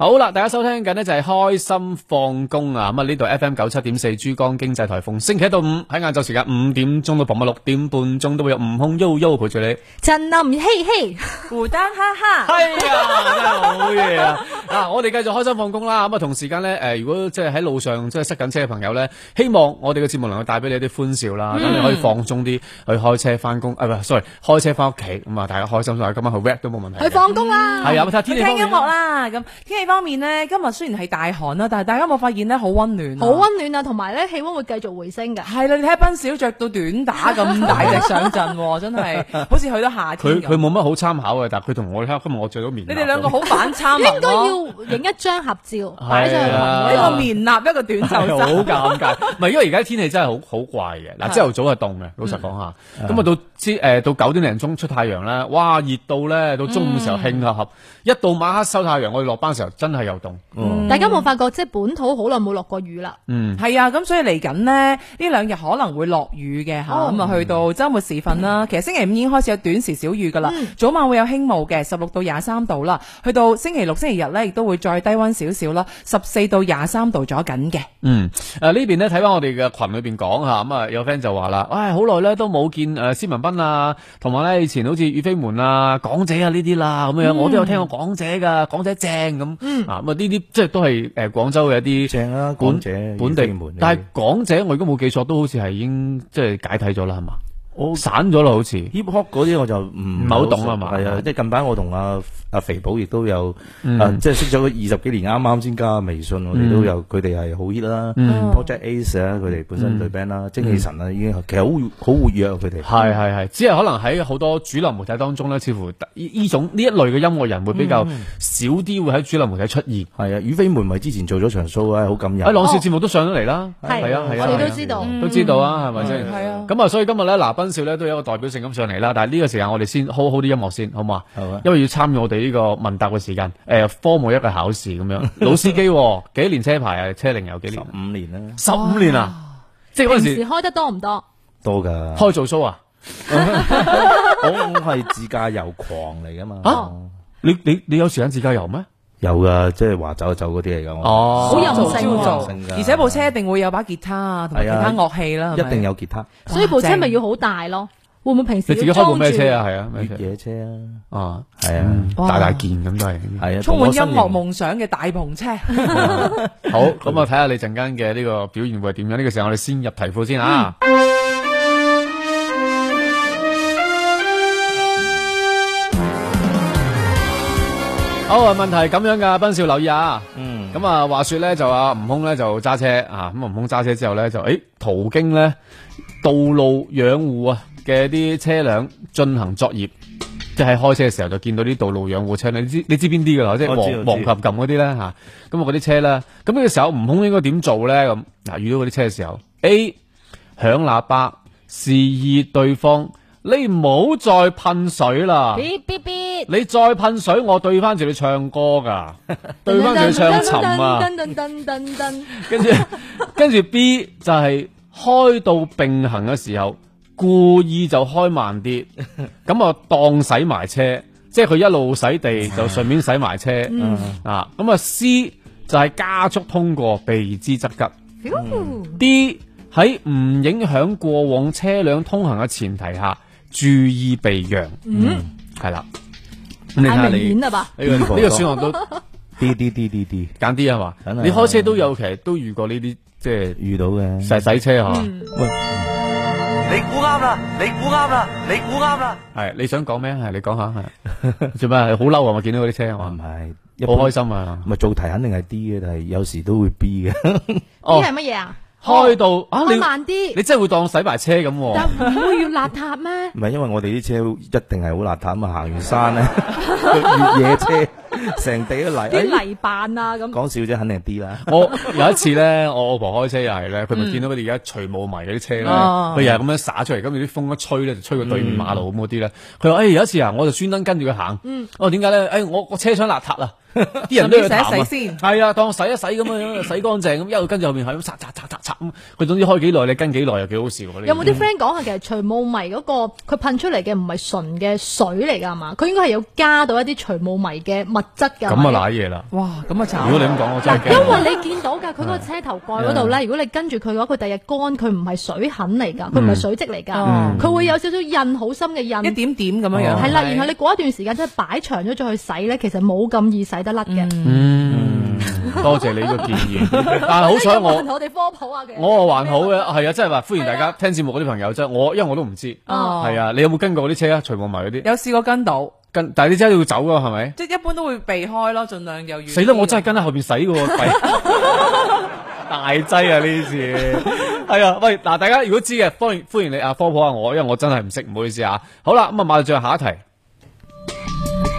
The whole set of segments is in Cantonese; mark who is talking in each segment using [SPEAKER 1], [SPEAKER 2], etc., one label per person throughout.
[SPEAKER 1] 好啦，大家收聽緊呢就係開心放工啊！咁啊呢度 F M 九七點四珠江經濟台逢星期一到五喺晏晝時間五點鐘到傍晚六點半鐘都會有悟空悠悠陪住你。
[SPEAKER 2] 震林嘿嘿，胡丹哈哈。
[SPEAKER 1] 哎呀，真係好嘢啊！嗱，我哋繼續開心放工啦。咁啊，同時間咧，誒、如果即係喺路上即係塞緊車嘅朋友咧，希望我哋嘅節目能夠帶俾你一啲歡笑啦，咁、你可以放鬆啲去開車翻工，啊唔係，sorry，開車翻屋企咁啊，大家開心晒，今晚去 rap 都冇問題嘅。
[SPEAKER 2] 去放工啦，
[SPEAKER 1] 係啊，咁睇下天氣
[SPEAKER 3] 聽
[SPEAKER 1] 方
[SPEAKER 3] 音
[SPEAKER 1] 面
[SPEAKER 3] 樂
[SPEAKER 1] 啦。
[SPEAKER 3] 啦，咁天氣方面呢，今日雖然係大寒啦，但係大家有冇發現呢？好温暖啊，
[SPEAKER 2] 好温暖啊，同埋咧氣温會繼續回升㗎。
[SPEAKER 3] 係啦，你睇斌小着到短打咁大隻上 陣喎，真係好似去到夏天
[SPEAKER 1] 佢佢
[SPEAKER 3] 咁。
[SPEAKER 1] 冇乜好參考啊嘅，但係佢同我睇下今日我着咗棉
[SPEAKER 3] 你
[SPEAKER 1] 衲咁。啊
[SPEAKER 3] 哋兩個好反差萌
[SPEAKER 2] 應該要
[SPEAKER 3] 咯，
[SPEAKER 2] 影一張合照
[SPEAKER 1] 係啊
[SPEAKER 2] 擺上去
[SPEAKER 3] 一
[SPEAKER 2] 雲嗰
[SPEAKER 3] 個
[SPEAKER 2] 度
[SPEAKER 3] 棉衲，一個短 袖
[SPEAKER 1] 係好尷
[SPEAKER 3] 衫。
[SPEAKER 1] 尬，唔係因為而家天氣真係好好怪嘅。嗱，
[SPEAKER 3] 係
[SPEAKER 1] 朝頭早係凍嘅，老實講下。咁啊到之誒到九點零鐘出太陽啦，哇熱到咧，到中午時候興合合，一到晚黑收太陽，我哋落班時候真係又凍。
[SPEAKER 2] 大家有冇發覺即係本土好耐冇落過雨啦？
[SPEAKER 1] 嗯，
[SPEAKER 3] 係啊，咁所以嚟緊呢，呢兩日可能會落雨嘅嚇，
[SPEAKER 2] 哦嗯
[SPEAKER 3] 咁啊去到週末時分啦。其實星期五已經開始有短時小雨噶啦，早晚會有輕霧嘅，十六到廿三度啦。去到星期六、星期日呢，亦都會再低温少少啦，十四到廿三度左緊嘅。
[SPEAKER 1] 嗯，誒、呢邊咧睇翻我哋嘅群裏邊講下，咁啊有 friend 就話啦，唉好耐咧都冇見誒施文斌啊，同埋咧以前好似宇飛門啊、港姐啊呢啲啦咁樣，我都有聽過港姐噶，港姐正咁，啊咁啊呢啲即係都係誒廣州嘅一啲
[SPEAKER 4] 正啦，
[SPEAKER 1] 本
[SPEAKER 4] 港姐
[SPEAKER 1] 本地
[SPEAKER 4] 門，
[SPEAKER 1] 但係港姐我如果冇記錯，都好似係已經即係解體咗啦，係嘛？
[SPEAKER 4] 我
[SPEAKER 1] 散咗啦，好似
[SPEAKER 4] hip hop 嗰啲我就唔
[SPEAKER 1] 唔係好懂啊嘛
[SPEAKER 4] 係啊，即係近排我同阿阿肥寶亦都有
[SPEAKER 1] 嗯
[SPEAKER 4] 啊，即係識咗佢二十幾年，啱啱先加微信，我哋都有佢哋係好 hit 啦
[SPEAKER 1] 嗯
[SPEAKER 4] ，Project Ace 啊，佢哋本身對 band 啦，精氣神啊，已經係其實好好活躍啊佢哋。
[SPEAKER 1] 係係係，只係可能喺好多主流媒體當中咧，似乎依依種呢一類嘅音樂人會比較少啲，會喺主流媒體出現。
[SPEAKER 4] 係啊，宇飛門咪之前做咗場 show 啊，好感人
[SPEAKER 1] 喺。朗笑節目都上咗嚟啦，
[SPEAKER 2] 係
[SPEAKER 1] 係啊係啊，
[SPEAKER 2] 我哋
[SPEAKER 1] 係
[SPEAKER 2] 都
[SPEAKER 1] 啊
[SPEAKER 2] 知道。
[SPEAKER 1] 都知道啊，係
[SPEAKER 2] 嗯
[SPEAKER 1] 咪先？
[SPEAKER 3] 係啊
[SPEAKER 1] 咁啊，所以今日咧，嗱，斌少咧都有一個代表性咁上嚟啦。但係呢個時間我哋先好好啲音樂先，好唔好啊？
[SPEAKER 4] 好啊
[SPEAKER 1] 因為要參與我哋呢個問答嘅時間，誒，科目一嘅考試咁樣。老司機喎幾年車牌啊？車齡有幾
[SPEAKER 4] 十
[SPEAKER 1] 年？
[SPEAKER 4] 五年啦，
[SPEAKER 1] 十五年啊！即係嗰
[SPEAKER 2] 平
[SPEAKER 1] 陣
[SPEAKER 2] 時
[SPEAKER 1] 時
[SPEAKER 2] 開得多唔多？
[SPEAKER 4] 多㗎。
[SPEAKER 1] 開做 show 啊？
[SPEAKER 4] 我我係自駕遊狂嚟㗎
[SPEAKER 1] 啊
[SPEAKER 4] 嘛。
[SPEAKER 1] 你你你有時間自駕遊咩？
[SPEAKER 4] 有噶，即係話走就走嗰啲嚟㗎。我
[SPEAKER 1] 哦
[SPEAKER 2] 好任性
[SPEAKER 3] 朝
[SPEAKER 2] 喎
[SPEAKER 3] 做，
[SPEAKER 4] 性㗎
[SPEAKER 3] 而且部車一定會有把吉他啊，同埋其
[SPEAKER 4] 係啊
[SPEAKER 3] 他樂器啦，係咪
[SPEAKER 4] 一定。有吉他、
[SPEAKER 2] 所以部車
[SPEAKER 3] 正
[SPEAKER 2] 咪要好大咯？會唔會平時
[SPEAKER 1] 你自己
[SPEAKER 2] 要
[SPEAKER 1] 開部
[SPEAKER 2] 裝住？
[SPEAKER 1] 咩車啊？係啊，咩
[SPEAKER 4] 越
[SPEAKER 1] 車
[SPEAKER 4] 野車啊，
[SPEAKER 1] 啊？
[SPEAKER 4] 係啊，
[SPEAKER 3] 哇
[SPEAKER 1] 大大件咁都係。
[SPEAKER 4] 係啊，
[SPEAKER 3] 充滿
[SPEAKER 4] 同我
[SPEAKER 3] 音
[SPEAKER 4] 身
[SPEAKER 3] 樂
[SPEAKER 4] 形
[SPEAKER 3] 夢想嘅大篷車，
[SPEAKER 1] 好，咁啊，睇下你陣間嘅呢個表現會係點樣？呢個時候我哋先入題庫先啊。好啊，問題咁樣噶，斌少留意啊。
[SPEAKER 4] 嗯，
[SPEAKER 1] 咁啊，話說咧就啊，悟空咧就揸車啊，咁啊，悟空揸車之後咧就誒途經咧道路養護啊嘅啲車輛進行作業，即係喺開車嘅時候就見到啲道路養護車，你知你知邊啲噶啦，即係
[SPEAKER 4] 我知
[SPEAKER 1] 黃
[SPEAKER 4] 我
[SPEAKER 1] 黃
[SPEAKER 4] 知
[SPEAKER 1] 冚冚嗰啲咧嚇，咁啊嗰啲車啦，咁呢個時候悟空應該點做咧咁？嗱，遇到嗰啲車嘅時候，A 響喇叭示意對方你唔好再噴水啦。
[SPEAKER 2] 嗶嗶嗶！
[SPEAKER 1] 你再噴水，我對翻住你唱歌 噶，對翻住你唱沉啊！
[SPEAKER 2] 噔噔噔噔噔
[SPEAKER 1] 跟住跟住 B 就係開到並行嘅時候，故意就開慢 啲，咁啊當洗埋車，即係佢一路洗
[SPEAKER 2] 嗯
[SPEAKER 1] 地就順便洗埋車、啊。咁啊 C 就係加速通過，避之則吉。
[SPEAKER 2] 噔
[SPEAKER 1] D 喺唔影響過往車輛通行嘅前提下，注意避讓。嗯，係啦。咁你睇下
[SPEAKER 2] 太
[SPEAKER 1] 你
[SPEAKER 2] 明顯啊
[SPEAKER 1] 呢
[SPEAKER 2] 啦吧？
[SPEAKER 1] 個呢
[SPEAKER 4] 多
[SPEAKER 1] 個選項都
[SPEAKER 4] 啲啲啲啲啲
[SPEAKER 1] 揀啲啊係嘛？
[SPEAKER 4] 梗係
[SPEAKER 1] 你開車都有，其實都遇過呢啲即係
[SPEAKER 4] 遇到嘅，
[SPEAKER 1] 洗洗車係
[SPEAKER 2] 嗯
[SPEAKER 1] 嘛？
[SPEAKER 5] 你估啱啦，你估啱啦，你估啱啦。
[SPEAKER 1] 係你想講咩？係你講下係 做咩？好嬲啊！我見到嗰啲車係
[SPEAKER 4] 我唔
[SPEAKER 1] 嘛？
[SPEAKER 4] 係
[SPEAKER 1] 好開
[SPEAKER 4] 心，
[SPEAKER 1] 心啊！
[SPEAKER 4] 咪做題肯定係 D 嘅，但係有時都會 B 嘅，
[SPEAKER 2] 呢
[SPEAKER 1] 哦
[SPEAKER 2] 係，乜嘢啊？
[SPEAKER 1] 開到啊
[SPEAKER 2] 開
[SPEAKER 1] 你
[SPEAKER 2] 慢啲，
[SPEAKER 1] 你真係會當洗埋車咁喎？
[SPEAKER 2] 但唔會要邋遢咩？
[SPEAKER 4] 唔係因為我哋啲車一定係好邋遢啊嘛，行完山咧，越野車成地都泥，
[SPEAKER 2] 啲泥扮啊咁。
[SPEAKER 4] 講笑啫，肯定係 D 啦，
[SPEAKER 1] 我有一次咧，我老婆開車又係咧，佢咪見到佢哋而家除霧霾嗰啲車咧，
[SPEAKER 3] 哦
[SPEAKER 1] 佢又係咁樣灑出嚟，咁住啲風一吹咧就吹過對面馬路咁嗰啲咧。佢話：誒有一次啊，我就專登跟住佢行。我話點解咧？誒我個車廂邋遢啊，啲人都要
[SPEAKER 3] 順便洗一
[SPEAKER 1] 彈啊
[SPEAKER 3] 洗先
[SPEAKER 1] 係啊，當洗一洗咁樣，洗乾淨咁，一路跟住後面係咁擦擦擦擦擦咁。佢總之開幾耐，你跟幾耐又幾好笑喎。呢
[SPEAKER 2] 有冇啲 friend 講下其實除霧迷嗰、個佢噴出嚟嘅唔係純嘅水嚟㗎嘛？佢應該係有加到一啲除霧迷嘅物質㗎。
[SPEAKER 1] 咁
[SPEAKER 2] 係咪
[SPEAKER 1] 啊，瀨嘢啦！
[SPEAKER 3] 哇，咁啊
[SPEAKER 1] 如果
[SPEAKER 3] 慘
[SPEAKER 1] 你！咁講，我真係
[SPEAKER 2] 嗱，
[SPEAKER 1] 驚。嗯
[SPEAKER 2] 因為你見到㗎，佢嗰個車頭蓋嗰度咧，如果你跟住佢嘅話，佢第日乾，佢唔係水痕嚟㗎，佢唔
[SPEAKER 1] 嗯
[SPEAKER 2] 係水漬嚟㗎，佢會有少少印好深嘅
[SPEAKER 3] 一
[SPEAKER 2] 印。
[SPEAKER 3] 點點咁樣樣
[SPEAKER 2] 係啦，然後你過一段時間即係擺長咗再去洗咧，其實冇咁易洗得甩嘅。
[SPEAKER 1] 嗯，多謝你個建議，但係好彩我
[SPEAKER 2] 有冇人同我哋科普啊嘅。
[SPEAKER 1] 我啊還好嘅，係啊，真係話歡迎大家聽節目嗰啲朋友啫。我因為我都唔知，
[SPEAKER 3] 哦
[SPEAKER 1] 係啊，你有冇跟過嗰啲車啊？除望埋嗰啲，
[SPEAKER 3] 有試過跟到，
[SPEAKER 1] 跟但係你真係要走噶係咪？
[SPEAKER 3] 即係一般都會避開咯，盡量又遠啲
[SPEAKER 1] 死啦！我真係跟喺後邊洗嘅 喎，弊大劑啊呢次。係啊，喂嗱，大家如果知嘅，歡迎歡迎你啊科普下我，因為我真係唔識，唔好意思啊。好啦，咁啊馬上進入下一題。咦？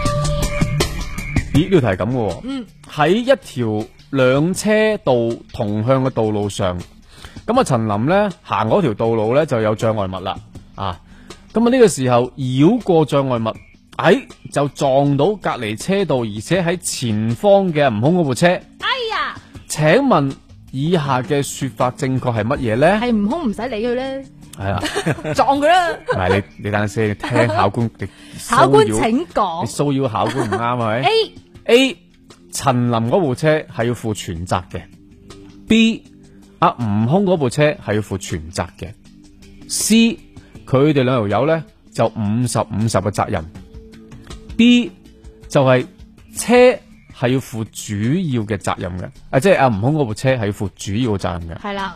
[SPEAKER 1] 呢條題係咁嘅喎。嗯。喺一條兩車道同向嘅道路上，咁啊陳林咧行嗰條道路咧就有障礙物啦啊！咁啊呢個時候繞過障礙物，哎就撞到隔離車道，而且喺前方嘅悟空嗰部車。
[SPEAKER 2] 哎呀，
[SPEAKER 1] 請問以下嘅說法正確係乜嘢咧？
[SPEAKER 2] 係悟空唔使理佢咧，
[SPEAKER 1] 係啦，
[SPEAKER 3] 撞佢啦，
[SPEAKER 1] 唔係你你等陣先，聽考官你
[SPEAKER 2] 考官
[SPEAKER 1] 騷擾
[SPEAKER 2] 請
[SPEAKER 1] 你
[SPEAKER 2] 講。
[SPEAKER 1] 騷擾考官唔啱啊係咪
[SPEAKER 2] A
[SPEAKER 1] ？A 陳林嗰部車係要負全責嘅，B 阿悟空嗰部車係要負全責嘅，C 佢哋兩條友咧就五十五十嘅責任，D 就係車係要負主要嘅責任嘅，啊即係阿悟空嗰部車係要負主要嘅責任嘅。
[SPEAKER 2] 係啦，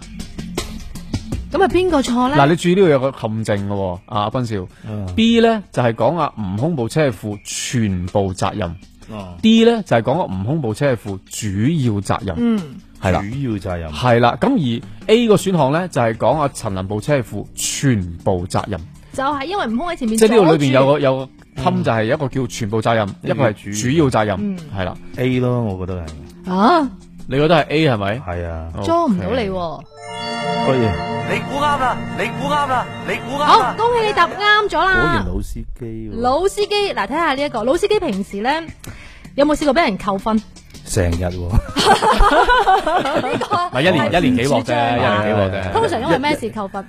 [SPEAKER 2] 咁啊邊個錯咧？
[SPEAKER 1] 嗱，你注意呢度有個陷阱嘅喎，啊阿斌少。B 咧就係講啊悟空部車係負全部責任
[SPEAKER 4] 哦
[SPEAKER 1] ，D 咧就係講啊悟空部車係負主要責任，
[SPEAKER 2] 嗯，
[SPEAKER 1] 係啦，
[SPEAKER 4] 主要責任。
[SPEAKER 1] 係啦。咁而 A 個選項咧就係講啊陳林部車係負全部責任，
[SPEAKER 2] 就係因為悟空喺前面
[SPEAKER 1] 即
[SPEAKER 2] 阻
[SPEAKER 1] 係
[SPEAKER 2] 住，
[SPEAKER 1] 呢度裏邊有個有個襟就係一個叫全部責任，
[SPEAKER 4] 一
[SPEAKER 1] 一
[SPEAKER 4] 個
[SPEAKER 1] 個係
[SPEAKER 4] 主
[SPEAKER 1] 主要責任，係啦。
[SPEAKER 4] A 咯，我覺得係，
[SPEAKER 2] 啊，
[SPEAKER 1] 你覺得係 A 係咪？
[SPEAKER 4] 係啊，
[SPEAKER 2] 捉嗯唔到你
[SPEAKER 1] OK
[SPEAKER 2] 喎。
[SPEAKER 4] 哎呀，
[SPEAKER 5] 你估啱啦！你估啱啦！你估啱
[SPEAKER 2] 好
[SPEAKER 5] 啦，！
[SPEAKER 2] 恭喜你答啱咗
[SPEAKER 4] 果
[SPEAKER 2] 啦
[SPEAKER 4] 然！老司機喎，
[SPEAKER 2] 老司機，嗱睇下呢一個老司機平時咧有冇試過俾人 扣分？呢
[SPEAKER 4] 成日喎，
[SPEAKER 2] 個
[SPEAKER 1] 咪一年一年幾鑊啫，
[SPEAKER 2] 哦
[SPEAKER 1] 一
[SPEAKER 2] 係
[SPEAKER 1] 年幾鑊啫。
[SPEAKER 2] 啊通常因為咩事扣分？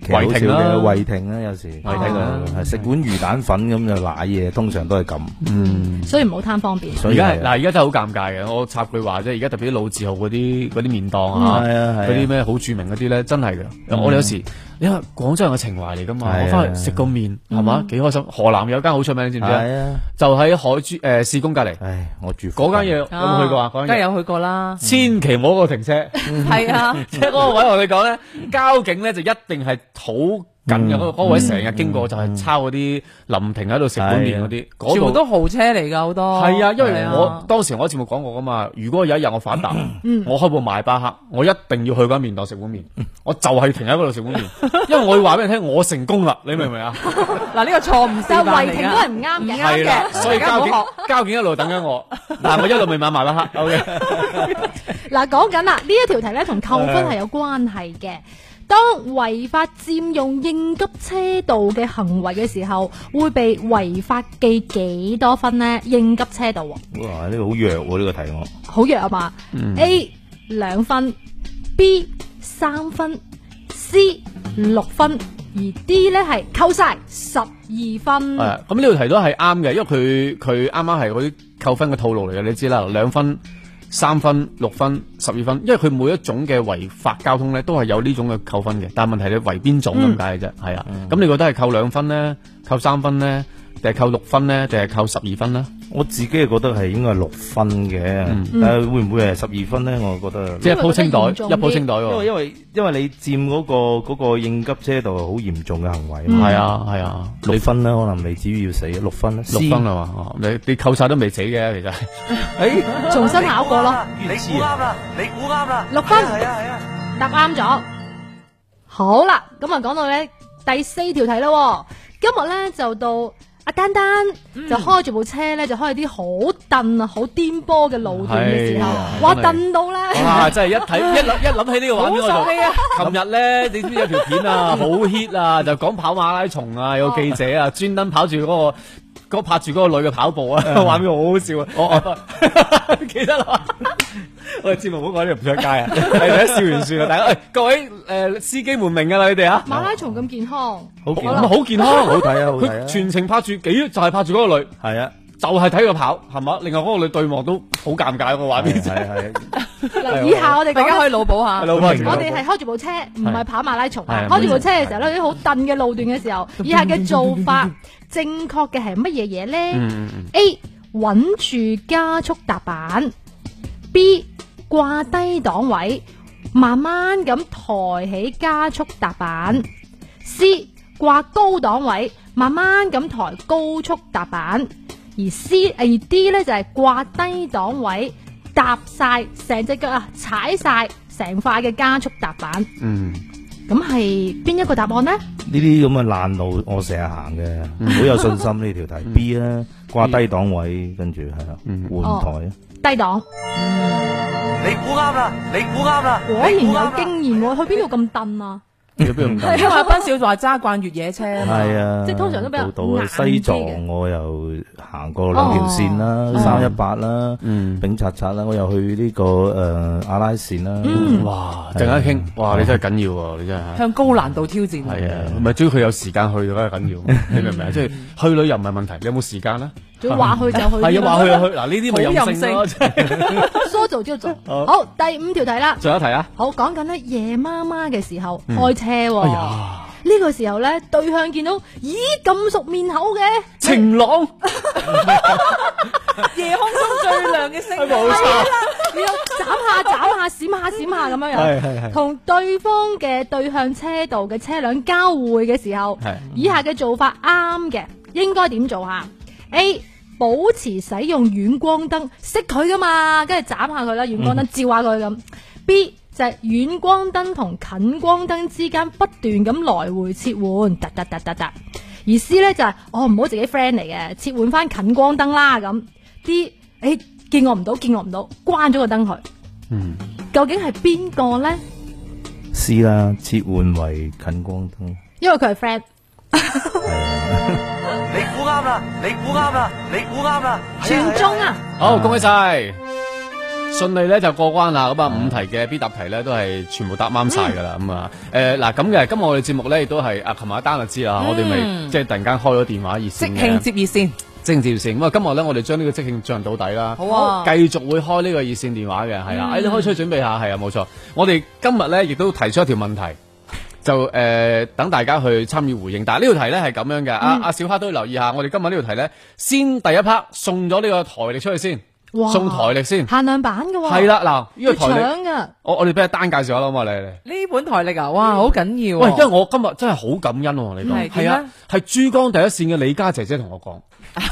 [SPEAKER 4] 其實好少
[SPEAKER 1] 胃停啦
[SPEAKER 4] 嘅胃停啦，有時胃
[SPEAKER 1] 停啦
[SPEAKER 4] 係食碗魚蛋粉咁就瀨嘢，通常都係咁，
[SPEAKER 2] 所以唔好貪方便。
[SPEAKER 4] 所
[SPEAKER 1] 而
[SPEAKER 4] 以
[SPEAKER 1] 家係
[SPEAKER 4] 係
[SPEAKER 1] 嗱，而家真係好尷尬嘅。我插句話啫，而家特別啲老字號嗰啲嗰啲麵檔啊，
[SPEAKER 4] 嗯係啊係啊
[SPEAKER 1] 嗰啲咩好著名嗰啲咧，真係嘅。我哋有時因為廣州人嘅情懷嚟㗎嘛，
[SPEAKER 4] 係啊
[SPEAKER 1] 我翻去食個麵係嘛幾開心。河南有間好出名，你知唔知啊？
[SPEAKER 4] 係啊，
[SPEAKER 1] 就喺海珠誒市公隔離
[SPEAKER 4] 唉，我住
[SPEAKER 1] 嗰間嘢，有冇去過啊？
[SPEAKER 3] 梗
[SPEAKER 1] 嗰
[SPEAKER 3] 係
[SPEAKER 1] 間嘢
[SPEAKER 3] 有去過啦，
[SPEAKER 1] 千祈唔好過停車，
[SPEAKER 3] 係啊，
[SPEAKER 1] 即係嗰個位我哋講咧，交警咧就一定係好緊嘅。嗰嗰位成日經過就係抄嗰啲臨停喺度食碗麵嗰啲，嗰
[SPEAKER 3] 全部
[SPEAKER 1] 度哦
[SPEAKER 3] 都豪車嚟㗎好多。
[SPEAKER 1] 係啊，因為
[SPEAKER 3] 係啊
[SPEAKER 1] 我當時我喺節目講過噶嘛，如果有一日我 反彈，我開部賣巴克，我一定要去嗰間麵檔食碗麵，我就係停喺嗰度食碗麵，因為我要話俾你聽，我成功啦，你明唔明啊？
[SPEAKER 3] 嗱呢個錯誤示
[SPEAKER 2] 就
[SPEAKER 3] 範
[SPEAKER 2] 違
[SPEAKER 3] 嚟
[SPEAKER 2] 停
[SPEAKER 3] 㗎
[SPEAKER 2] 都係唔啱嘅。
[SPEAKER 1] 係啦，所以
[SPEAKER 3] 大家
[SPEAKER 1] 交
[SPEAKER 3] 唔
[SPEAKER 1] 警
[SPEAKER 3] 好
[SPEAKER 1] 交警一路等緊我，但係我一路未買賣巴克，OK，
[SPEAKER 2] 嗱，講緊啦，呢一條題咧同扣分係有關係嘅。當違法佔用應急車道嘅行為嘅時候，會被違法記幾多分呢？應急車道喎
[SPEAKER 4] 哇，呢個好弱喎，呢個題我
[SPEAKER 2] 好弱啊嘛、a 兩分，B 三分，C 六分，而 D 咧係扣晒十二分。
[SPEAKER 1] 係啊咁呢條題都係啱嘅，因為佢佢啱啱係嗰啲扣分嘅套路嚟嘅，你知啦，兩分。三分、六分、十二分，因為佢每一種嘅違法交通咧，都係有呢種嘅扣分嘅。但係問題你違邊種咁解嘅啫，係啊。咁你覺得係扣兩分咧，扣三分咧，定係扣六分咧，定係扣十二分咧？
[SPEAKER 4] 我自己係覺得係應該係六分嘅，但係會唔會係十二分咧？我覺得。
[SPEAKER 1] 嗯即係鋪清袋，
[SPEAKER 2] 因為
[SPEAKER 1] 一
[SPEAKER 2] 覺得嚴重啲
[SPEAKER 1] 鋪清袋
[SPEAKER 4] 因為
[SPEAKER 1] 喎。
[SPEAKER 4] 因為因為你佔嗰、個嗰、個應急車道係好嚴重嘅行為啊嘛，
[SPEAKER 1] 係啊，係啊，
[SPEAKER 4] 六分啦，可能你只要死啊六分啦，
[SPEAKER 1] 六分啦嘛。哦你你扣晒都未死嘅，其實。
[SPEAKER 4] 誒，
[SPEAKER 2] 重新考過咯，
[SPEAKER 5] 你 估啱啦！你估啱啦！
[SPEAKER 2] 六分
[SPEAKER 5] 係啊係啊！
[SPEAKER 2] 答啱咗。好啦，咁啊講到咧第四條題啦喎，今日咧就到。阿丹丹
[SPEAKER 1] 嗯
[SPEAKER 2] 就開住部車咧，就開啲好蹬啊、好顛簸嘅路段嘅時候
[SPEAKER 1] 係啊，
[SPEAKER 2] 哇
[SPEAKER 1] 真係
[SPEAKER 2] 蹬到咧！
[SPEAKER 1] 哇！真係一睇一諗一諗起呢個畫面我就。
[SPEAKER 4] 啊
[SPEAKER 1] 琴日咧，你知唔知有
[SPEAKER 4] 哦
[SPEAKER 1] 條片啊，好 hit 啊，就講跑馬拉松啊，有個記者啊，專登跑住嗰個嗰拍住嗰個女嘅跑步啊，
[SPEAKER 4] 嗯
[SPEAKER 1] 畫面好好笑啊！
[SPEAKER 4] 哦
[SPEAKER 1] 我我 記得啦。我哋節目唔好講呢度唔上街啊！係大家笑完算啦， 大家喂各位誒司機們明㗎啦，你哋啊，
[SPEAKER 2] 馬拉松咁健康，
[SPEAKER 1] 好健康，好健康，
[SPEAKER 4] 好睇啊好睇啊
[SPEAKER 1] 佢全程拍住幾就係拍住嗰個女，
[SPEAKER 4] 係啊，
[SPEAKER 1] 就係睇佢跑，係嘛？另外嗰個女對望都好尷尬個畫
[SPEAKER 4] 係啊
[SPEAKER 1] 面，
[SPEAKER 4] 係係
[SPEAKER 1] 啊
[SPEAKER 2] 嗱，以下我哋
[SPEAKER 3] 大
[SPEAKER 2] 講
[SPEAKER 3] 家
[SPEAKER 2] 緊
[SPEAKER 3] 可以腦補下。
[SPEAKER 1] 老婆
[SPEAKER 2] 我哋係開住部車，唔係跑馬拉松啊！
[SPEAKER 1] 係
[SPEAKER 2] 開住部車嘅時候咧，有啲好蹬嘅路段嘅時候，以下嘅做法正確嘅係乜嘢嘢呢
[SPEAKER 1] 嗯嗯
[SPEAKER 2] a 穩住加速踏板；B 掛低檔位，慢慢咁抬起加速踏板；C 掛高檔位，慢慢咁抬高速踏板。而 C 而 D 咧就係掛低檔位，踏晒成隻腳啊，踩晒成塊嘅加速踏板。
[SPEAKER 1] 嗯，
[SPEAKER 2] 咁係邊一個答案呢？
[SPEAKER 4] 呢啲咁嘅爛路，我成日行嘅，
[SPEAKER 1] 嗯
[SPEAKER 4] 好有信心呢條題。B 啦，掛低檔位，跟住係啊，
[SPEAKER 1] 嗯
[SPEAKER 4] 換台。
[SPEAKER 2] 低檔，
[SPEAKER 5] 你估啱啦！你估啱啦！
[SPEAKER 2] 果然有經驗喎，去邊度咁蹬啊？
[SPEAKER 1] 你邊度咁
[SPEAKER 3] 因為斌少就話揸慣越野車啊嘛。
[SPEAKER 4] 係啊，
[SPEAKER 2] 即係通常都比較
[SPEAKER 4] 報道啊，
[SPEAKER 2] 硬
[SPEAKER 4] 西
[SPEAKER 2] 啲嘅哦
[SPEAKER 4] 藏我又行過兩條線啦，三一八啦，
[SPEAKER 1] 嗯
[SPEAKER 4] 丙察察啦，我又去呢個誒阿拉善啦，
[SPEAKER 2] 嗯
[SPEAKER 1] 哇！陣間傾，
[SPEAKER 4] 嗯
[SPEAKER 1] 哇！你真係緊要喎，你真係。
[SPEAKER 3] 向高難度挑戰。
[SPEAKER 1] 係啊，咪主要佢有時間去嘅梗係緊 要，你明唔明啊？即係去旅遊唔係問題，你有冇時間啦？啊
[SPEAKER 2] 仲要話去 就去，
[SPEAKER 1] 係啊，話去就去，嗱呢啲咪任性
[SPEAKER 3] 好
[SPEAKER 1] 咯。真 係
[SPEAKER 2] 疏做朝 做。
[SPEAKER 1] 好
[SPEAKER 2] 好，第五條題啦。
[SPEAKER 1] 仲有一題啊，
[SPEAKER 2] 好講緊咧，夜媽媽嘅時候
[SPEAKER 5] 嗯
[SPEAKER 2] 開車喎，
[SPEAKER 1] 哎
[SPEAKER 2] 呢、
[SPEAKER 1] 呀，
[SPEAKER 2] 個時候咧對向見到，咦咁熟面口嘅，
[SPEAKER 1] 晴朗，
[SPEAKER 3] 夜空中最亮嘅星
[SPEAKER 1] 哎冇錯，
[SPEAKER 2] 你要斬下斬下閃下閃下咁樣樣，
[SPEAKER 1] 係係
[SPEAKER 2] 同對方嘅對向車道嘅車輛交匯嘅時候，
[SPEAKER 1] 係
[SPEAKER 2] 以下嘅做法啱嘅，應該點做下？A 保持使用遠光燈，熄佢噶嘛，跟住斬下佢啦，
[SPEAKER 1] 嗯
[SPEAKER 2] 遠光燈照下佢咁。B 就係遠光燈同近光燈之間不斷咁來回切換，突突突突突。而 C 咧就係、我唔好自己 friend 嚟嘅，切換翻近光燈啦咁。D 誒、哎、見我唔到，見我唔到，關咗個燈佢。
[SPEAKER 1] 嗯，
[SPEAKER 2] 究竟係邊個咧？
[SPEAKER 4] C 啦，切換為近光燈。
[SPEAKER 2] 因為佢係 friend。
[SPEAKER 5] 你估啱啦！你估啱啦！你估啱啦！
[SPEAKER 2] 全中啊！
[SPEAKER 1] 好，恭喜晒，順利咧就過關啦。咁啊，五題嘅必答題咧都係全部答啱晒噶啦。咁啊，誒嗱咁嘅，今日我哋節目咧亦都係啊，琴晚單就知啦。我哋咪即係突然間開咗電話熱
[SPEAKER 3] 即
[SPEAKER 1] 線
[SPEAKER 3] 興
[SPEAKER 1] 嘅
[SPEAKER 3] 接熱線，
[SPEAKER 1] 即興接線。咁啊，今日咧我哋將呢個即興進行到底啦。
[SPEAKER 3] 好啊。
[SPEAKER 1] 繼
[SPEAKER 3] 嗯
[SPEAKER 1] 續會開呢個熱線電話嘅，係啊，誒、你可以出去準備下，係啊，冇錯。我哋今日咧亦都提出一條問題，就誒、呃等大家去參與回應。但係呢條題咧係咁樣嘅，阿
[SPEAKER 3] 嗯
[SPEAKER 1] 阿、小黑都要留意下。我哋今日呢條題咧，先第一 part 送咗呢個台歷出去先，
[SPEAKER 2] 哇
[SPEAKER 1] 送台歷先，
[SPEAKER 2] 限量版嘅喎，
[SPEAKER 1] 啊係，啦，嗱呢
[SPEAKER 2] 要
[SPEAKER 1] 個台歷，
[SPEAKER 2] 搶啊噶，
[SPEAKER 1] 我我哋俾阿丹介紹下啦，好啊嘛，你你。
[SPEAKER 3] 呢本台歷啊，哇，好緊要
[SPEAKER 1] 喂，
[SPEAKER 3] 啊。
[SPEAKER 1] 因為我今日真係好感恩喎，你
[SPEAKER 3] 嗯係
[SPEAKER 1] 講係
[SPEAKER 3] 點
[SPEAKER 1] 啊
[SPEAKER 3] 咧，
[SPEAKER 1] 係珠江第一線嘅李家姐姐同我 講，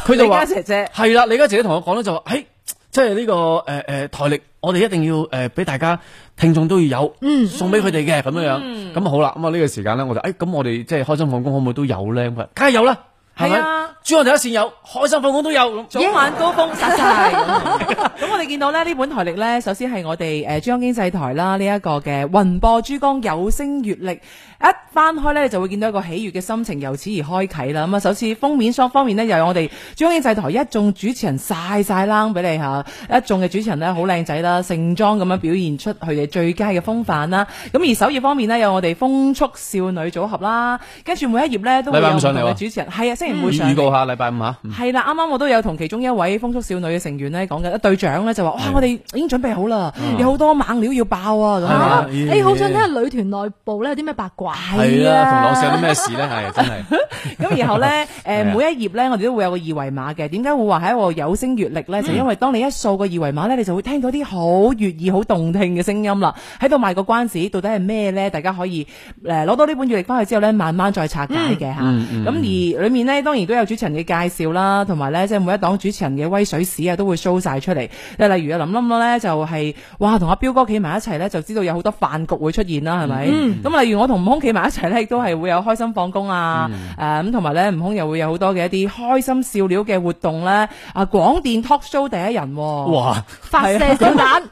[SPEAKER 1] 佢就
[SPEAKER 3] 李
[SPEAKER 1] 話
[SPEAKER 3] 家姐姐
[SPEAKER 1] 係啦，李家姐姐同我講咧就話，誒，即係呢個誒誒台歷，我哋一定要誒俾大家聽眾都要有，
[SPEAKER 2] 嗯
[SPEAKER 1] 送俾佢哋嘅咁樣
[SPEAKER 3] 嗯
[SPEAKER 1] 樣，咁好啦，咁啊呢個時間咧我就誒，咁我哋即係開心放工可唔可以都有咧？咁佢話梗係有啦，係
[SPEAKER 3] 係
[SPEAKER 1] 咪？
[SPEAKER 3] 啊
[SPEAKER 1] 珠江第一線有，開心放工都有，咁
[SPEAKER 3] 早晚高峰殺晒， 咁我哋見到咧呢本台歷咧，首先係我哋誒珠江經濟台啦，呢一個嘅雲播珠江有聲月歷，一翻開咧就會見到一個喜悅嘅心情由此而開啟啦。咁啊，首次封面雙方面呢，又有我哋珠江經濟台一眾主持人晒晒冷俾你嚇，一眾嘅主持人呢，好靚仔啦，盛裝咁樣表現出佢哋最佳嘅風範啦。咁而首頁方面呢，有我哋風速少女組合啦，跟住每一頁呢，都會
[SPEAKER 1] 禮拜
[SPEAKER 3] 有
[SPEAKER 1] 五
[SPEAKER 3] 唔同
[SPEAKER 1] 上嚟喎
[SPEAKER 3] 嘅主持人，係啊，星期五會上
[SPEAKER 1] 預
[SPEAKER 3] 嚟
[SPEAKER 1] 告下禮拜五嚇，嗯
[SPEAKER 3] 係啦，啱啱我都有同其中一位風速少女嘅成員咧講緊，隊長咧就話：哇，我哋已經準備好啦，有好多猛料要爆啊！咁
[SPEAKER 1] 嗯係嘛
[SPEAKER 3] 樣
[SPEAKER 2] 啊
[SPEAKER 1] 啊
[SPEAKER 2] 你好想聽下女團內部咧有啲咩八卦？
[SPEAKER 1] 係啦，同朗社有啲咩事咧？係真 係。
[SPEAKER 3] 啊咁然 後咧，誒
[SPEAKER 1] 係啊
[SPEAKER 3] 每一頁咧，我哋都會有個二維碼嘅。點解會話係一個有聲閲歷
[SPEAKER 1] 嗯
[SPEAKER 3] 咧？就因為當你一掃個二維碼咧，你就會聽到啲好悅耳、好動聽嘅聲音啦。喺度賣個關子，到底係咩咧？大家可以誒攞到呢本閲歷翻去之後咧，慢慢再拆解嘅
[SPEAKER 1] 嗯
[SPEAKER 3] 嚇。咁而裡面咧，當然都有主持人嘅介紹啦，同埋咧，即係每一檔主持人嘅威水史啊，都會 show 晒出嚟。例如阿啊林冧咧，就係哇同阿彪哥企埋一齊咧，就知道有好多飯局會出現啦，係咪？
[SPEAKER 1] 嗯
[SPEAKER 3] 咁啊例如我同悟空企埋一齊咧，亦都係會有開心放工啊，
[SPEAKER 1] 嗯
[SPEAKER 3] 誒咁同埋咧，悟空又會有好多嘅一啲開 心笑料嘅活動咧。啊，廣電 talk show 第一人喎，
[SPEAKER 1] 哇！
[SPEAKER 2] 發射手彈，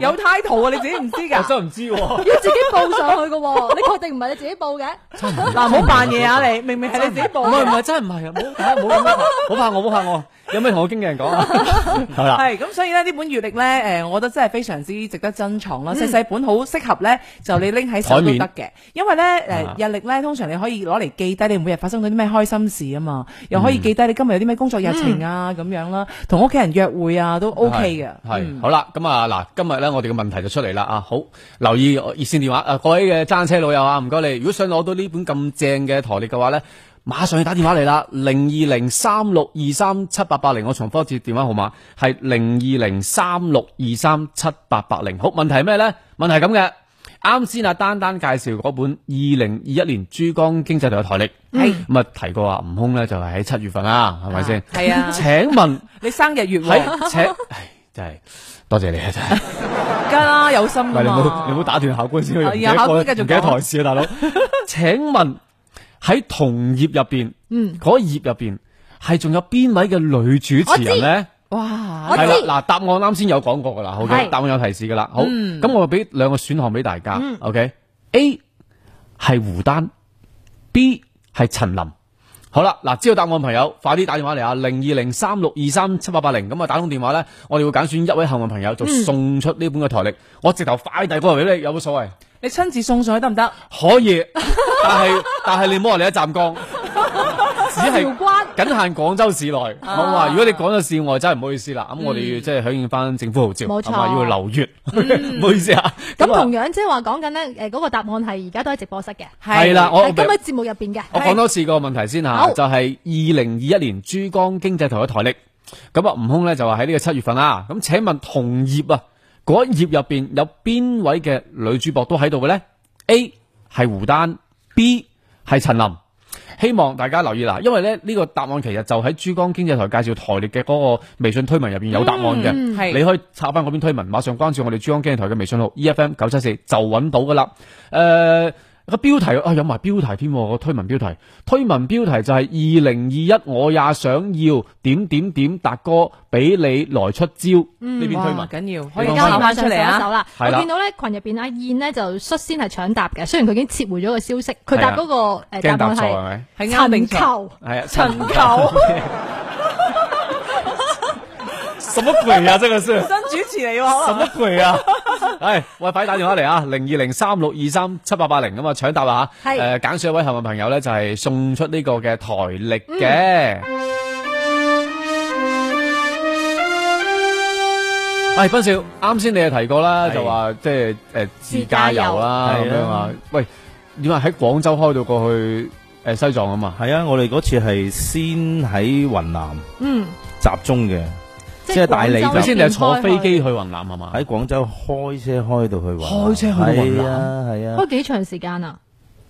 [SPEAKER 3] 有 title 啊，你自己唔知
[SPEAKER 1] 我
[SPEAKER 3] 噶。
[SPEAKER 1] 真係唔知喎。
[SPEAKER 2] 要自己報上去嘅喎，你確定唔係你自己報嘅？
[SPEAKER 3] 嗱，唔好扮嘢啊你，明明係你自己報
[SPEAKER 1] 唔係唔係，真係唔係啊！唔好大家唔好咁樣，唔好怕我，唔好怕我。有咩同我經紀人講啊？ 係啦。
[SPEAKER 3] 係咁，所以咧呢本月曆咧，誒，我覺得真係非常之值得珍藏
[SPEAKER 1] 嗯
[SPEAKER 3] 啦。細細本好適合咧，就你拎喺手都得嘅，因為咧
[SPEAKER 1] 啊
[SPEAKER 3] 誒日曆咧，通常你可以攞嚟記低你每日發生咗啲咩開心事啊嘛，又
[SPEAKER 1] 嗯
[SPEAKER 3] 可以記低你今日有啲咩工作日程啊咁樣啦，同屋企人約會啊都 OK 嘅。嗯
[SPEAKER 1] 系好啦，咁啊嗱，今日咧我哋嘅問題就出嚟啦啊，好留意熱線電話啊，各位嘅揸車老友啊，唔該你，如果想攞到呢本咁正嘅台歷嘅話咧，馬上去打電話嚟啦，零二零三六二三七八八零，我重複一次電話號碼係零二零三六二三七八八零。好，問題係咩咧？問題係咁嘅，啱先啊丹丹介紹嗰本二零二一年珠江經濟台嘅台歷，
[SPEAKER 3] 係
[SPEAKER 1] 咁啊提過啊，悟空咧就係喺七月份啦，係咪先？
[SPEAKER 3] 係啊，
[SPEAKER 1] 請問？
[SPEAKER 3] 你生日月喎，
[SPEAKER 1] 喺且，唉，真係多謝你啊！真係，
[SPEAKER 3] 梗啦，有心
[SPEAKER 1] 喂，
[SPEAKER 3] 㗎
[SPEAKER 1] 你唔
[SPEAKER 3] 嘛
[SPEAKER 1] 好你唔好打斷考官先，我唔記
[SPEAKER 3] 係啊
[SPEAKER 1] 得
[SPEAKER 3] 考
[SPEAKER 1] 講
[SPEAKER 3] 官繼續
[SPEAKER 1] 唔記得
[SPEAKER 3] 講
[SPEAKER 1] 台事啊，大 佬。請問喺同業入邊，嗯，嗰頁入邊係仲有邊位嘅女主持人咧？
[SPEAKER 3] 哇！
[SPEAKER 2] 我知
[SPEAKER 1] 係啦，嗱，答案啱先有講過噶啦好嘅，
[SPEAKER 2] 係嗯
[SPEAKER 1] 答案有提示噶啦，好，咁我俾兩個選項俾大家，OK，A 係胡丹，B 係陳林。好啦，嗱，知道答案朋友，快啲打電話嚟啊，零二零三六二三七八八零，咁啊打通電話咧，我哋會揀選一位幸運朋友，就
[SPEAKER 2] 嗯
[SPEAKER 1] 送出呢本嘅台歷，我直頭快遞過嚟俾你，有冇所謂？
[SPEAKER 3] 你親自送上去得唔得？
[SPEAKER 1] 可以， 但係但係你唔好話你喺湛 江，只
[SPEAKER 2] 韶
[SPEAKER 1] 係
[SPEAKER 2] 關啊
[SPEAKER 1] 僅限廣州市內。我話如果你講到市外，真係唔好意思啦。咁我哋要即係響應翻政府號召，
[SPEAKER 2] 嗯冇錯嗯
[SPEAKER 1] 係嘛要留月， 唔好意思啊。
[SPEAKER 2] 咁
[SPEAKER 1] 啊
[SPEAKER 2] 同樣即係話講緊咧，誒嗰個答案係而家都喺直播室嘅，
[SPEAKER 1] 係啦，啊我
[SPEAKER 2] 係今日節目入邊嘅。
[SPEAKER 1] 我講多次個問題先吓，
[SPEAKER 2] 好
[SPEAKER 1] 就係二零二一年珠江經濟台嘅台歷。咁啊，悟空咧就話喺呢個七月份啦。咁請問同業啊，嗰一頁入邊有邊位嘅女主播都喺度嘅呢 a 係胡丹，B 係陳琳。希望大家留意啦，因為咧呢個答案其實就喺珠江經濟台介紹台歷嘅嗰個微信推文入邊有答案嘅。
[SPEAKER 3] 嗯係
[SPEAKER 1] 你可以插翻嗰邊推文，馬上關注我哋珠江經濟台嘅微信號 E F M 九七四就揾到噶啦。誒、個標題啊有埋標題添喎，個推文標題，推文標題就係二零二一我也想要點點點達哥俾你來出招呢、邊推
[SPEAKER 3] 嗯
[SPEAKER 1] 文。
[SPEAKER 3] 哇緊要，可
[SPEAKER 2] 而
[SPEAKER 3] 以
[SPEAKER 1] 你講
[SPEAKER 2] 家
[SPEAKER 3] 抄
[SPEAKER 2] 馬
[SPEAKER 3] 翻
[SPEAKER 2] 上
[SPEAKER 3] 出
[SPEAKER 2] 上
[SPEAKER 3] 嚟
[SPEAKER 2] 手
[SPEAKER 3] 啊！
[SPEAKER 2] 啦！
[SPEAKER 1] 係
[SPEAKER 2] 我
[SPEAKER 1] 啦
[SPEAKER 2] 見到咧群入邊阿燕呢就率先係搶答嘅，雖然佢已經撤回咗個消息，佢答
[SPEAKER 1] 係啊
[SPEAKER 2] 嗰個誒
[SPEAKER 1] 驚
[SPEAKER 2] 答
[SPEAKER 1] 答
[SPEAKER 2] 案
[SPEAKER 1] 錯係
[SPEAKER 2] 係
[SPEAKER 1] 咪？
[SPEAKER 3] 係啱定
[SPEAKER 2] 陳
[SPEAKER 3] 錯？
[SPEAKER 2] 球，
[SPEAKER 1] 係啊，
[SPEAKER 3] 陳球，
[SPEAKER 1] 什麼鬼啊？這個是。
[SPEAKER 3] 新主持嚟喎，可
[SPEAKER 1] 什
[SPEAKER 3] 能
[SPEAKER 1] 么攰啊？系喂，快啲打電話嚟啊！零二零三六二三七八八零咁啊，搶答啦吓！誒
[SPEAKER 2] 係
[SPEAKER 1] 揀選一位幸運朋友咧，就係送出呢個嘅台歷嘅。喂，斌少，啱先你係提過啦，
[SPEAKER 4] 係
[SPEAKER 1] 就話即係誒自駕遊啦
[SPEAKER 4] 自
[SPEAKER 1] 咁
[SPEAKER 4] 駕遊
[SPEAKER 1] 樣啊。喂，點啊？喺廣州開到過去誒西藏啊嘛？
[SPEAKER 4] 係啊，我哋嗰次係先喺雲南
[SPEAKER 2] 嗯，
[SPEAKER 4] 集中嘅，
[SPEAKER 2] 即
[SPEAKER 4] 即係大理就
[SPEAKER 1] 你
[SPEAKER 4] 首
[SPEAKER 1] 先你係坐飛機去雲南係嘛？
[SPEAKER 4] 喺廣州開車開到去雲南，
[SPEAKER 1] 開車去到雲南
[SPEAKER 4] 係啊係啊，
[SPEAKER 2] 開幾長時間啊？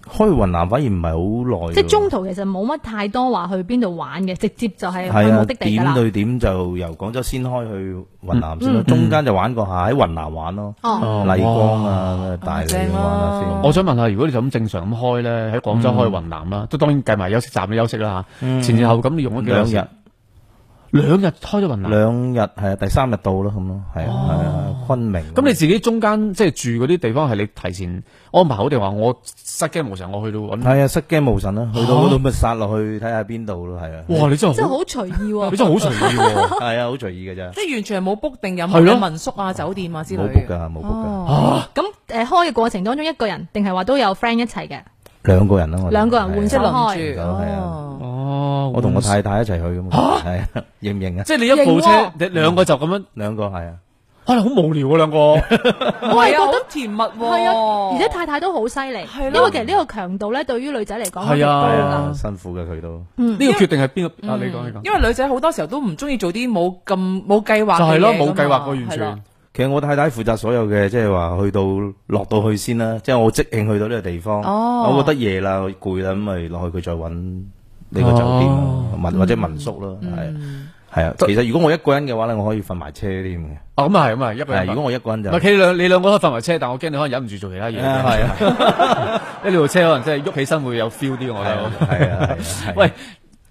[SPEAKER 4] 開雲南反而唔係啊好耐喎，
[SPEAKER 2] 即係中途其實冇乜太多話去邊度玩嘅，直接就係去
[SPEAKER 4] 係
[SPEAKER 2] 目
[SPEAKER 4] 啊，
[SPEAKER 2] 的地㗎
[SPEAKER 4] 點
[SPEAKER 2] 啦。嗯
[SPEAKER 4] 對點就由廣州先開去雲南先咯，中間就玩過下喺雲南玩咯，
[SPEAKER 2] 哦，
[SPEAKER 1] 哦
[SPEAKER 4] 麗江啊、大理
[SPEAKER 3] 正咯
[SPEAKER 4] 玩下先。
[SPEAKER 1] 我想問下，如果你就咁正常咁開咧，喺廣州開雲南
[SPEAKER 4] 嗯
[SPEAKER 1] 啦，都當然計埋休息站嘅休息啦嚇。前前後後咁你用咗幾
[SPEAKER 4] 兩
[SPEAKER 1] 多時
[SPEAKER 4] 日
[SPEAKER 1] 間？兩日開咗雲南，
[SPEAKER 4] 兩日係啊，第三日到啦咁咯，係啊係啊，昆明。
[SPEAKER 1] 哦咁你自己中間即係住嗰啲地方係你提前安排好定話我失驚無神我去到揾？
[SPEAKER 4] 係啊，失驚無神啦，去到嗰度咪殺落去睇下邊度咯，係啊，
[SPEAKER 1] 哇！你真
[SPEAKER 2] 即係
[SPEAKER 1] 係好，
[SPEAKER 2] 好隨意
[SPEAKER 1] 你
[SPEAKER 2] 喎。
[SPEAKER 1] 真係好隨意喎！
[SPEAKER 4] 係啊，好隨意嘅咋，
[SPEAKER 3] 即係完全係冇 book 定任何
[SPEAKER 1] 係咯
[SPEAKER 3] 嘅民宿啊、酒店啊之類
[SPEAKER 4] 冇
[SPEAKER 3] 嘅
[SPEAKER 4] book 㗎，冇 book 㗎，
[SPEAKER 1] 啊
[SPEAKER 2] 哦，咁誒開嘅過程當中，一個人定係話都有 friend 一齊嘅，
[SPEAKER 4] 兩個人啊啦，我哋
[SPEAKER 2] 兩個人換
[SPEAKER 3] 即
[SPEAKER 2] 身
[SPEAKER 3] 係輪
[SPEAKER 2] 開。
[SPEAKER 3] 住
[SPEAKER 4] 係啊係啊
[SPEAKER 3] 哦
[SPEAKER 1] 哦，
[SPEAKER 4] 我同我太太一齊去咁嘛，係啊， 認唔認啊？
[SPEAKER 1] 即係你一部
[SPEAKER 2] 型喎
[SPEAKER 1] 車，你兩個就咁樣，
[SPEAKER 4] 兩個係啊，
[SPEAKER 1] 可能好無聊啊兩 個。
[SPEAKER 2] 我係
[SPEAKER 3] 係啊，
[SPEAKER 2] 覺
[SPEAKER 3] 好
[SPEAKER 2] 得
[SPEAKER 3] 甜蜜喎，
[SPEAKER 2] 係啊，而且太太都好犀利，
[SPEAKER 3] 係咯
[SPEAKER 2] 因為其實呢個強度咧，對於女仔嚟講
[SPEAKER 1] 係啊
[SPEAKER 4] 係
[SPEAKER 2] 好
[SPEAKER 4] 啊，辛苦嘅佢都。
[SPEAKER 1] 呢個決定係邊個？啊，你講你講。
[SPEAKER 3] 嗯因為女仔好多時候都唔中意做啲冇咁冇計劃嘅嘢㗎嘛，
[SPEAKER 1] 就係咯，冇計劃過完
[SPEAKER 3] 係咯
[SPEAKER 1] 全。
[SPEAKER 4] 其實我太太負責所有嘅，即係話去到落到去先啦，即係我即興去到呢個地方，
[SPEAKER 3] 哦
[SPEAKER 4] 我覺得夜啦攰啦，咁咪落去佢再揾呢個酒店
[SPEAKER 1] 哦
[SPEAKER 4] 咯，民、或者民宿咯，
[SPEAKER 3] 嗯
[SPEAKER 4] 係係啊。其實如果我一個人嘅話咧，我可以瞓埋車添嘅。
[SPEAKER 1] 哦，咁啊係咁啊，一個
[SPEAKER 4] 係
[SPEAKER 1] 人
[SPEAKER 4] 如果我一個人就
[SPEAKER 1] 唔係，佢哋兩你兩個都瞓埋車，但我驚你可能忍唔住做其他嘢。
[SPEAKER 4] 啊係啊
[SPEAKER 1] 因為呢部車可能真係喐起身會有 feel 啲，我
[SPEAKER 4] 係啊
[SPEAKER 1] 覺得。
[SPEAKER 4] 係啊係啊，
[SPEAKER 1] 喂，哦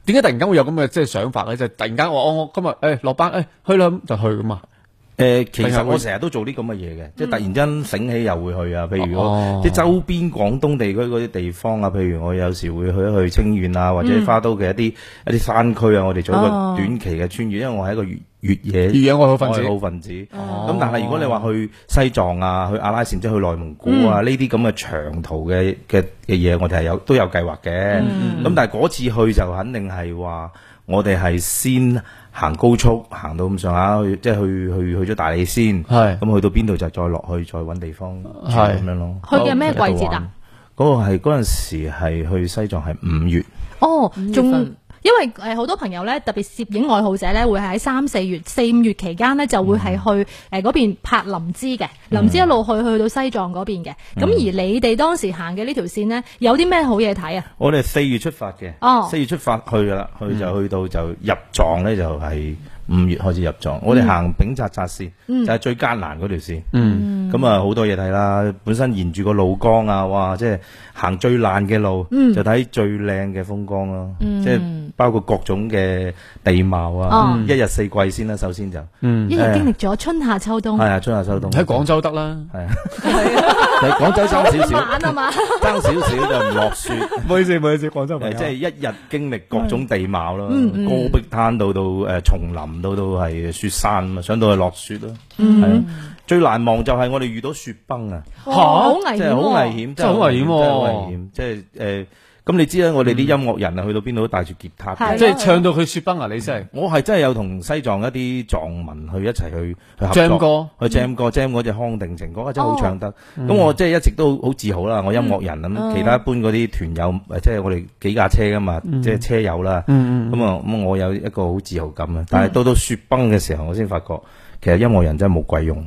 [SPEAKER 1] 點解突然間會有咁嘅即係想法咧？就係突然間我我我今日誒落班誒去啦，咁就去咁嘛。啊
[SPEAKER 4] 诶、呃其
[SPEAKER 1] 定係
[SPEAKER 4] 實
[SPEAKER 1] 會
[SPEAKER 4] 我嗯成日都做啲咁嘅嘢嘅，即係突然間醒起又會去啊。譬如我、
[SPEAKER 1] 哦
[SPEAKER 4] 即係周邊廣東地區嗰啲地方啊，譬如我有時會去一去清遠啊，或者花都嘅一啲、一啲山區啊，我哋做一個
[SPEAKER 3] 哦
[SPEAKER 4] 短期嘅穿越，因為我係一個越越野
[SPEAKER 1] 越野愛好分子
[SPEAKER 4] 愛好分子。咁、
[SPEAKER 1] 哦
[SPEAKER 4] 但係如果你話去西藏啊、去阿拉善即係去內蒙古啊呢啲咁嘅長途嘅嘅嘅嘢，我哋係有都有計劃嘅。咁、但係嗰次去就肯定係話。我哋係先行高速，行到咁上下，去即係去去去咗大理先，
[SPEAKER 1] 係
[SPEAKER 4] 咁去到邊度就再落去，再揾地方住
[SPEAKER 1] 係
[SPEAKER 4] 咁樣咯。
[SPEAKER 2] 去嘅咩季節啊？
[SPEAKER 4] 嗰個係嗰陣時係去西藏係五月，
[SPEAKER 2] 哦，仲
[SPEAKER 3] 份
[SPEAKER 2] 因為誒好多朋友咧，特別攝影愛好者咧，會喺三四月、四五月期間咧，就
[SPEAKER 4] 嗯
[SPEAKER 2] 會係去誒嗰邊拍林芝嘅，林芝一路去去到西藏嗰邊嘅。
[SPEAKER 4] 嗯
[SPEAKER 2] 咁而你哋當時行嘅呢條線呢，有啲咩好嘢睇啊？
[SPEAKER 4] 我哋四月出發嘅，
[SPEAKER 2] 哦
[SPEAKER 4] 四月出發去噶啦，去就去到就入藏呢，就係五月開始入藏。我哋行丙察察線，就係最艱難嗰條線。
[SPEAKER 1] 嗯，
[SPEAKER 4] 咁啊好多嘢睇啦，本身沿住個路江啊，哇！即係行最爛嘅路，就睇最靚嘅風光咯，即係包括各種嘅地貌啊，一日四季先啦，首先就係
[SPEAKER 2] 一日經歷咗春夏秋冬，
[SPEAKER 4] 啊，春夏秋冬
[SPEAKER 1] 喺廣州得啦，
[SPEAKER 4] 係啊，喺廣州爭 少少，
[SPEAKER 2] 玩啊嘛，
[SPEAKER 4] 爭少少就唔落雪。
[SPEAKER 1] 唔好意思，唔好意思，廣州
[SPEAKER 4] 誒，即係一日經歷各種地貌咯，
[SPEAKER 1] 嗯
[SPEAKER 4] 戈壁灘到到誒叢林，到到係雪山咁啊，上到去落雪咯。
[SPEAKER 1] 嗯
[SPEAKER 4] 係啊最難忘就係我哋遇到雪崩啊！
[SPEAKER 2] 嗯哇好危
[SPEAKER 4] 即
[SPEAKER 2] 險
[SPEAKER 4] 係好危
[SPEAKER 2] 喎！
[SPEAKER 4] 險，
[SPEAKER 1] 真係好危險喎嗯
[SPEAKER 4] 真係好危險，即係誒，咁你知啦，我哋啲音樂人啊，去到邊度都帶住吉他
[SPEAKER 2] 係
[SPEAKER 4] 嘅。
[SPEAKER 1] 即係唱到佢雪崩啊！你真係
[SPEAKER 4] 我係真係有同西藏一啲藏民去一齊去去合
[SPEAKER 1] jam
[SPEAKER 4] 作，
[SPEAKER 1] 歌，
[SPEAKER 4] 去 jam 歌，jam 嗰只《康定情歌》真
[SPEAKER 1] 哦
[SPEAKER 4] 係好唱得。
[SPEAKER 1] 嗯
[SPEAKER 4] 咁我即係一直都好自豪啦，我音樂人咁，其他一般嗰啲團友，誒即係我哋幾架車噶嘛，即係車友啦。
[SPEAKER 1] 嗯
[SPEAKER 4] 咁啊，咁我有一個好自豪感啊！但係到到雪崩嘅時候，我先發覺其實音樂人真係冇鬼用，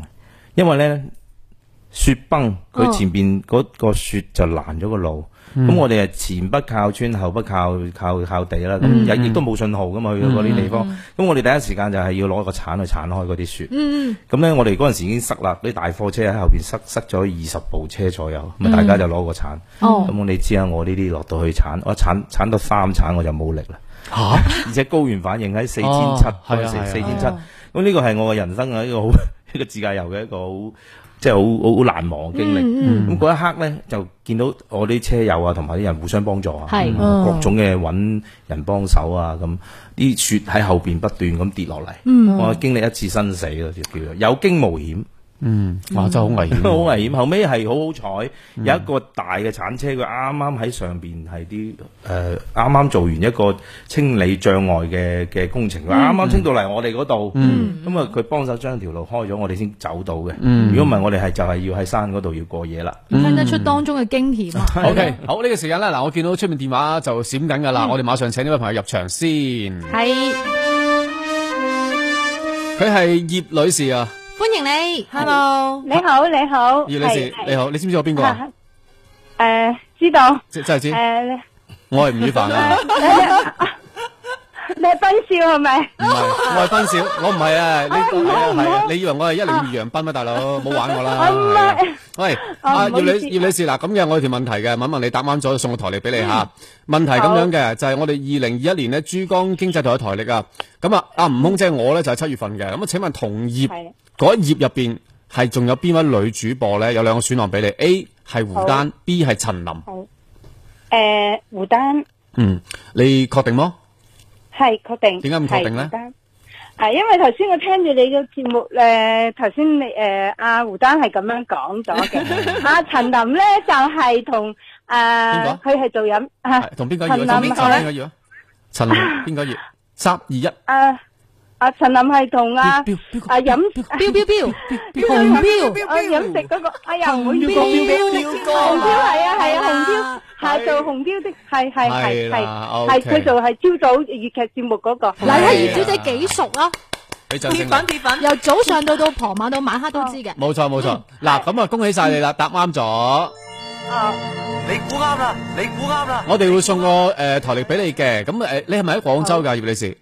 [SPEAKER 4] 因為咧雪崩
[SPEAKER 2] 哦
[SPEAKER 4] 佢
[SPEAKER 2] 嗯
[SPEAKER 4] 前邊嗰個雪就攔咗個路，咁我哋係前不靠村後不靠靠靠地啦，
[SPEAKER 2] 嗯
[SPEAKER 4] 咁亦亦都冇信號噶嘛，去到嗰啲地方，咁我哋第一時間就係要攞個鏟去鏟開嗰啲雪。
[SPEAKER 2] 嗯，
[SPEAKER 4] 咁咧，我哋嗰陣時已經塞啦，啲大貨車喺後邊塞塞咗二十部車左右，咁啊大家就攞個鏟。
[SPEAKER 2] 嗯哦，
[SPEAKER 4] 咁你知啊，我呢啲落到去鏟，我一鏟鏟到三鏟我就冇力啦。
[SPEAKER 1] 吓，
[SPEAKER 4] 而且高原反應喺四千七
[SPEAKER 1] 哦，係啊係啊
[SPEAKER 4] 四千七，咁呢個係我嘅人生嘅一個好 一個自駕遊嘅一個好即係好好好難忘嘅經歷。咁嗰、一刻呢，就見到我啲車友啊，同埋啲人互相幫助啊，
[SPEAKER 2] 係
[SPEAKER 4] 嗯各種嘅揾人幫手啊，咁啲雪喺後邊不斷咁跌落嚟，我經歷一次生死咯，就叫做有驚無險。
[SPEAKER 1] 嗯，哇，真係好危險，嗯
[SPEAKER 4] 好危險。後尾係好好彩，有一個大嘅鏟車，佢啱啱喺上邊係啲誒啱啱做完一個清理障礙嘅嘅工程，佢
[SPEAKER 1] 嗯
[SPEAKER 4] 啱啱清到嚟我哋嗰度，咁啊佢幫手將條路開咗，我哋先走到嘅。
[SPEAKER 1] 嗯
[SPEAKER 4] 如果唔係，我哋係就係要喺山嗰度要過夜啦。
[SPEAKER 2] 聽得出當中嘅驚險啊！
[SPEAKER 1] O K，好呢、個時間啦，嗱，我見到出面電話就閃緊㗎啦，
[SPEAKER 4] 嗯
[SPEAKER 1] 我哋馬上請呢位朋友入場先。佢
[SPEAKER 2] 係
[SPEAKER 1] 係葉女士啊，
[SPEAKER 2] 歡迎你，
[SPEAKER 3] Hello，
[SPEAKER 6] 你好，你好，
[SPEAKER 1] 葉女士
[SPEAKER 6] 係
[SPEAKER 1] 你好，你知唔知我邊個啊？
[SPEAKER 6] 係 誒，知道
[SPEAKER 1] 即真係知，
[SPEAKER 6] 誒，
[SPEAKER 1] 我係吳宇凡啊，
[SPEAKER 6] 你分笑係咪？
[SPEAKER 1] 唔係，我係斌少，我唔係 啊，
[SPEAKER 6] 哎
[SPEAKER 1] 你係啊係啊，你以為我係一零二楊斌咩，大佬，冇玩我啦。
[SPEAKER 6] 我唔
[SPEAKER 1] 係啊
[SPEAKER 6] 係哦
[SPEAKER 1] 喂，阿
[SPEAKER 6] 唔好
[SPEAKER 1] 葉
[SPEAKER 6] 意
[SPEAKER 1] 女
[SPEAKER 6] 思
[SPEAKER 1] 葉女士嗱，咁嘅我有條問題嘅，問一問你答啱咗，送個台歷俾你吓。
[SPEAKER 6] 嗯
[SPEAKER 1] 問題咁樣嘅，就係我哋二零二一年呢珠江經濟台嘅台歷啊。咁啊，阿吳空姐我咧就係七月份嘅。咁啊，請問同業
[SPEAKER 6] 係
[SPEAKER 1] 嗰一頁入邊係仲有邊位女主播咧？有兩個選項俾你，A 係胡丹，B 係陳琳。
[SPEAKER 6] 誒，胡丹
[SPEAKER 1] 嗯，你確定麼？
[SPEAKER 6] 係確定，
[SPEAKER 1] 點解唔確定呢
[SPEAKER 6] 係胡丹係因為頭先我聽住你嘅節目誒，頭先你誒阿胡丹係咁樣講咗嘅， 阿陳琳咧就係
[SPEAKER 1] 邊
[SPEAKER 6] 同誒
[SPEAKER 1] 個
[SPEAKER 6] 佢係做飲嚇
[SPEAKER 1] 係同邊個
[SPEAKER 6] 陳
[SPEAKER 1] 頁
[SPEAKER 6] 琳
[SPEAKER 1] 啊？同邊個
[SPEAKER 6] 係
[SPEAKER 1] 邊個頁啊？陳琳邊個頁？三二一。
[SPEAKER 6] 誒阿啊陳琳係同阿
[SPEAKER 3] 標標
[SPEAKER 6] 阿飲
[SPEAKER 2] 標標標，
[SPEAKER 3] 標
[SPEAKER 2] 紅標，
[SPEAKER 6] 啊飲食嗰個，哎呀唔好
[SPEAKER 3] 紅
[SPEAKER 6] 意思
[SPEAKER 3] 標。標
[SPEAKER 6] 紅標係啊係啊紅
[SPEAKER 2] 啦
[SPEAKER 6] 標。下做紅標的係
[SPEAKER 1] 係
[SPEAKER 6] 係係
[SPEAKER 1] 啦
[SPEAKER 6] 係係
[SPEAKER 1] OK
[SPEAKER 6] 佢做係朝早粵劇節目嗰個，
[SPEAKER 2] 嗱，睇葉小姐幾熟啊，
[SPEAKER 1] 俾掌
[SPEAKER 3] 鐵
[SPEAKER 1] 聲
[SPEAKER 3] 粉
[SPEAKER 1] 你
[SPEAKER 3] 鐵粉，
[SPEAKER 2] 由早上到到傍晚到晚黑都知嘅。
[SPEAKER 1] 冇錯冇錯，嗱咁啊恭喜晒你啦，答啱咗，
[SPEAKER 6] 哦
[SPEAKER 5] 你估啱啦，你估啱啦。
[SPEAKER 1] 我哋會送個诶台历俾你嘅，咁诶你係咪喺廣州㗎葉女士？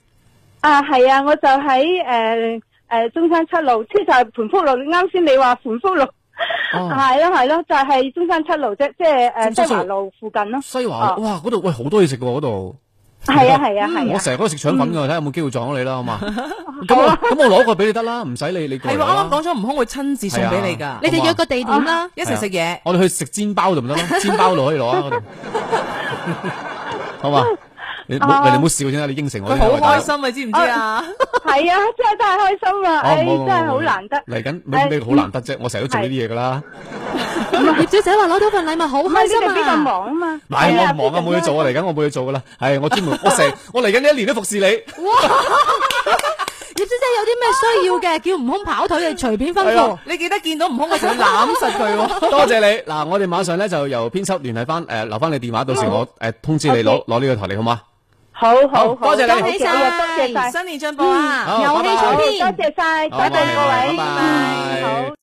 [SPEAKER 6] 啊係啊，我就喺誒誒中山七路，即就係盤福路。啱先你話盤福路，
[SPEAKER 1] 哦
[SPEAKER 6] 係咯係咯，就係中山七路啫，即係
[SPEAKER 1] 中山
[SPEAKER 6] 誒西
[SPEAKER 1] 七路
[SPEAKER 6] 華路附近咯。
[SPEAKER 1] 西華
[SPEAKER 6] 哦
[SPEAKER 1] 哇嗰度喂好多嘢食喎嗰度，
[SPEAKER 6] 係啊係啊係
[SPEAKER 1] 我
[SPEAKER 6] 啊，
[SPEAKER 1] 成日都食腸粉㗎，睇下有冇機會撞到你啦，好嘛？咁我咁我攞個俾你得啦，唔使你你過
[SPEAKER 3] 係
[SPEAKER 1] 嚟
[SPEAKER 3] 喎，啱啱
[SPEAKER 1] 啦。
[SPEAKER 3] 講咗悟空會親自送俾你
[SPEAKER 1] 係啊
[SPEAKER 3] 㗎，
[SPEAKER 2] 你哋約個地點啦，
[SPEAKER 3] 一齊食嘢。
[SPEAKER 1] 我哋去食煎包就唔得啦，煎包度可以攞啊，嗰度好嘛？你唔好你唔好笑先啦，你應承我
[SPEAKER 3] 佢
[SPEAKER 1] 先啦。
[SPEAKER 3] 好
[SPEAKER 1] 喂大佬
[SPEAKER 3] 開心啊，知唔知啊？
[SPEAKER 6] 係啊，真係太開心 啦，
[SPEAKER 1] 哦冇
[SPEAKER 6] 唉，
[SPEAKER 1] 冇冇
[SPEAKER 6] 哎真係好
[SPEAKER 1] 冇
[SPEAKER 6] 難得。哎
[SPEAKER 1] 嚟緊
[SPEAKER 6] 唉
[SPEAKER 1] 咩咩好難得啫？我成日都做呢啲嘢㗎啦。
[SPEAKER 2] 葉小姐話攞到份禮物好
[SPEAKER 6] 唔
[SPEAKER 2] 開
[SPEAKER 6] 係
[SPEAKER 2] 心
[SPEAKER 6] 呢度比較
[SPEAKER 2] 啊！
[SPEAKER 6] 忙啊嘛，
[SPEAKER 1] 唔係
[SPEAKER 6] 係啊
[SPEAKER 1] 我唔忙啊，冇嘢做啊，嚟緊我冇嘢做㗎啦。係我專門我 成我嚟緊呢一年都服侍你。
[SPEAKER 2] 葉小姐有啲咩需要嘅，叫悟空跑腿，你隨便
[SPEAKER 6] 哎
[SPEAKER 2] 吩
[SPEAKER 1] 係
[SPEAKER 2] 咐
[SPEAKER 1] 啊。
[SPEAKER 3] 你記得見到悟空嘅時候攬實佢喎。
[SPEAKER 1] 多謝你嗱，我哋馬上咧就由編輯聯繫翻誒，留翻你電話，到時我誒通知你攞攞呢個台嚟好嘛？
[SPEAKER 6] 好
[SPEAKER 1] 好
[SPEAKER 6] 好
[SPEAKER 1] 多
[SPEAKER 6] 好，
[SPEAKER 1] 謝你
[SPEAKER 6] 好
[SPEAKER 2] 恭喜晒
[SPEAKER 6] 多謝晒，
[SPEAKER 3] 新年進步啊！
[SPEAKER 1] 嗯好
[SPEAKER 2] 有
[SPEAKER 1] 拜拜
[SPEAKER 2] 氣
[SPEAKER 6] 好
[SPEAKER 2] 沖
[SPEAKER 6] 多
[SPEAKER 2] 天。
[SPEAKER 6] 謝晒，
[SPEAKER 1] 好
[SPEAKER 6] 拜
[SPEAKER 1] 拜
[SPEAKER 6] 拜
[SPEAKER 1] 拜
[SPEAKER 6] 各位，
[SPEAKER 1] 拜拜
[SPEAKER 6] 嗯好。